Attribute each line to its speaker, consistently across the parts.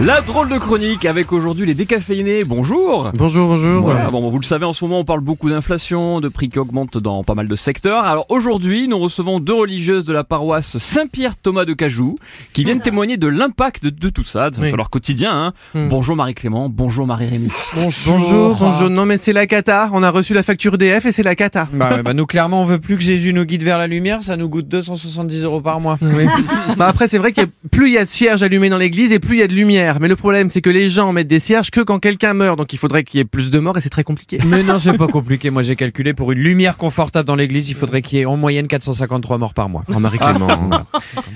Speaker 1: La drôle de chronique avec aujourd'hui les décaféinés. Bonjour.
Speaker 2: Bonjour, bonjour.
Speaker 1: Voilà, bon, vous le savez, en ce moment, on parle beaucoup d'inflation, de prix qui augmentent dans pas mal de secteurs. Alors aujourd'hui, nous recevons deux religieuses de la paroisse Saint-Pierre Thomas de Cajou qui viennent témoigner de l'impact de, de tout ça de-
Speaker 2: Oui.
Speaker 1: sur leur quotidien. hein. Bonjour Marie-Clément, bonjour Marie-Rémy.
Speaker 2: Bonjour, bonjour. Non, mais c'est la cata. On a reçu la facture DF et c'est la cata.
Speaker 3: Bah, ouais, bah, nous clairement on veut plus que Jésus nous guide vers la lumière, ça nous coûte 270 euros par mois.
Speaker 2: bah après, c'est vrai que plus il y a de cierges allumés dans l'église et plus il y a de lumière. Mais le problème, c'est que les gens mettent des cierges que quand quelqu'un meurt. Donc il faudrait qu'il y ait plus de morts et c'est très compliqué.
Speaker 3: Mais non c'est pas compliqué, moi j'ai calculé pour une lumière confortable dans l'église il faudrait qu'il y ait en moyenne 453 morts par mois.
Speaker 2: Oh, Marie-Clément.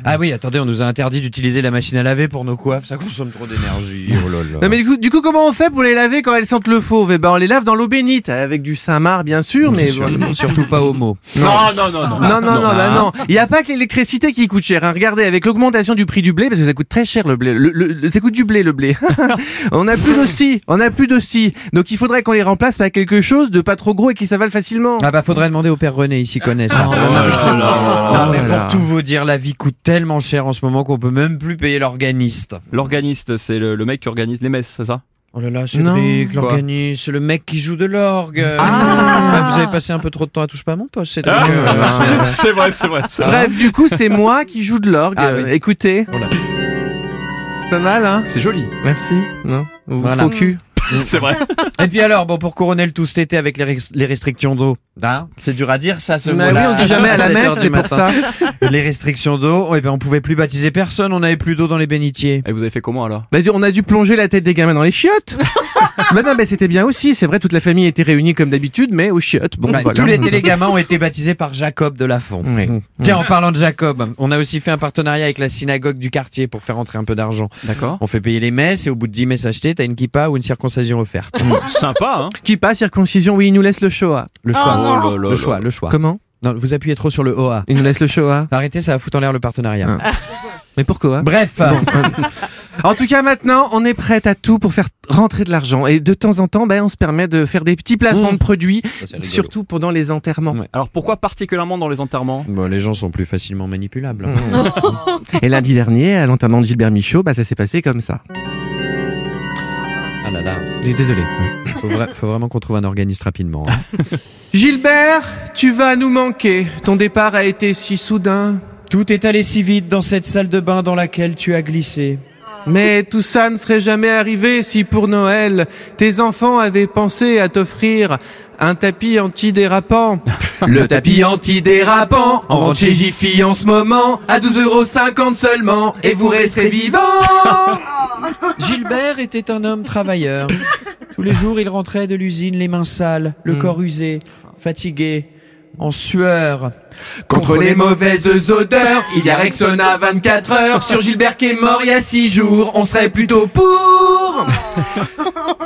Speaker 3: Ah oui attendez on nous a interdit d'utiliser la machine à laver pour nos coiffes, ça consomme trop d'énergie. Oh là là.
Speaker 2: Non, mais du coup, du coup, comment on fait pour les laver quand elles sentent le fauve Eh ben, on les lave dans l'eau bénite. Avec du Saint-Marc, bien sûr, mais.
Speaker 3: Sur-
Speaker 2: bon.
Speaker 3: surtout pas homo.
Speaker 1: Non, non, non, non.
Speaker 3: Ah,
Speaker 2: Non, non, non, bah
Speaker 1: hein.
Speaker 2: non. Il n'y a pas que l'électricité qui coûte cher. hein. Regardez, avec l'augmentation du prix du blé, parce que ça coûte très cher le blé. Le, le- le- ça coûte du blé, le blé. on n'a plus d'hostie. On n'a plus d'hostie. Donc il faudrait qu'on les remplace par quelque chose de pas trop gros et qui s'avale facilement.
Speaker 3: Ah bah faudrait demander au père René, il s'y connaît
Speaker 2: Oh
Speaker 3: ça. Non mais pour tout vous dire, la vie coûte tellement cher en ce moment qu'on peut même plus payer l'organiste.
Speaker 1: L'organiste, c'est le, le mec qui organise les messes, c'est ça
Speaker 3: Oh là là,
Speaker 2: Non.
Speaker 3: Cédric,
Speaker 1: Quoi
Speaker 3: l'organiste, c'est le mec qui joue de l'orgue. Bah, vous avez passé un peu trop de temps à touche pas à mon poste, Cédric. Euh,
Speaker 1: C'est vrai, c'est vrai. c'est vrai.
Speaker 2: Bref, du coup, c'est moi qui joue de l'orgue.
Speaker 3: Ah, oui.
Speaker 2: Euh, Écoutez.
Speaker 1: Oh là.
Speaker 2: C'est pas mal, hein
Speaker 1: C'est joli,
Speaker 2: Merci. Non Vous-
Speaker 3: Voilà.
Speaker 2: Faux cul.
Speaker 1: c'est vrai.
Speaker 3: Et puis alors, bon, pour couronner le tout cet été avec les, res- les restrictions d'eau, hein, c'est dur à dire ça, ce
Speaker 2: Bah oui,
Speaker 3: mot-là.
Speaker 2: on dit jamais à la
Speaker 3: 7 heures
Speaker 2: messe,
Speaker 3: du
Speaker 2: c'est pour
Speaker 3: matin.
Speaker 2: ça.
Speaker 3: Les restrictions d'eau, oh, eh ben, on pouvait plus baptiser personne, on avait plus d'eau dans les bénitiers.
Speaker 1: Et vous avez fait comment alors
Speaker 2: Bah, du- on a dû plonger la tête des gamins dans les chiottes. bah non, bah c'était bien aussi. C'est vrai, toute la famille était réunie comme d'habitude, mais aux chiottes. Bon,
Speaker 3: Bah,
Speaker 2: voilà.
Speaker 3: Tous les télégamins ont été baptisés par Jacob de Lafont.
Speaker 2: Oui.
Speaker 3: Tiens, en parlant de Jacob, on a aussi fait un partenariat avec la synagogue du quartier pour faire entrer un peu d'argent.
Speaker 1: D'accord.
Speaker 3: On fait payer les messes et au bout de 10 messes achetées, t'as une kippa ou une circoncision offerte.
Speaker 1: Sympa, hein
Speaker 2: Qui passe circoncision, oui, il nous laisse le Shoah.
Speaker 3: Le choix.
Speaker 1: Oh là là
Speaker 3: Ah. le
Speaker 1: là.
Speaker 3: choix, le choix.
Speaker 2: Comment
Speaker 3: Non, vous appuyez trop sur le OA.
Speaker 2: Il nous laisse le Shoah.
Speaker 3: Arrêtez, ça va foutre en l'air le partenariat.
Speaker 2: Mais pourquoi
Speaker 3: Ah. Bref, Ah,
Speaker 2: En tout cas, maintenant, on est prête à tout pour faire rentrer de l'argent. Et de temps en temps, ben, on se permet de faire des petits placements
Speaker 3: Mmh.
Speaker 2: de produits,
Speaker 3: rigolo.
Speaker 2: surtout pendant les enterrements.
Speaker 3: Ouais.
Speaker 1: Alors pourquoi particulièrement dans les enterrements
Speaker 3: Bon, les gens sont plus facilement manipulables.
Speaker 2: Et lundi dernier, à l'enterrement de Gilbert Michaud, bah, ça s'est passé comme ça.
Speaker 3: Ah là là,
Speaker 2: Désolé.
Speaker 3: faut, vra- faut vraiment qu'on trouve un organiste rapidement. hein.
Speaker 2: Gilbert, tu vas nous manquer. Ton départ a été si soudain.
Speaker 3: Tout est allé si vite dans cette salle de bain dans laquelle tu as glissé.
Speaker 2: Mais tout ça ne serait jamais arrivé si pour Noël, tes enfants avaient pensé à t'offrir un tapis antidérapant. Le tapis antidérapant, en vente chez Jiffy en ce moment, à 12,50€ seulement, et vous resterez vivant
Speaker 3: Gilbert était un homme travailleur. Tous les jours, il rentrait de l'usine les mains sales, le
Speaker 2: Hmm.
Speaker 3: corps usé, fatigué, en sueur.
Speaker 2: Contre les mauvaises odeurs, il y a Rexona 24 heures, sur Gilbert qui est mort il y a 6 jours, on serait plutôt pour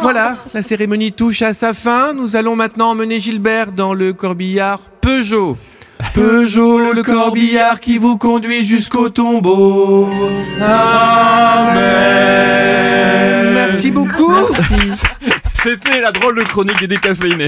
Speaker 2: Voilà, la cérémonie touche à sa fin, nous allons maintenant emmener Gilbert dans le corbillard Peugeot. Peugeot, le corbillard qui vous conduit jusqu'au tombeau. Amen. Merci beaucoup.
Speaker 1: C'était la drôle de chronique des décaféinés.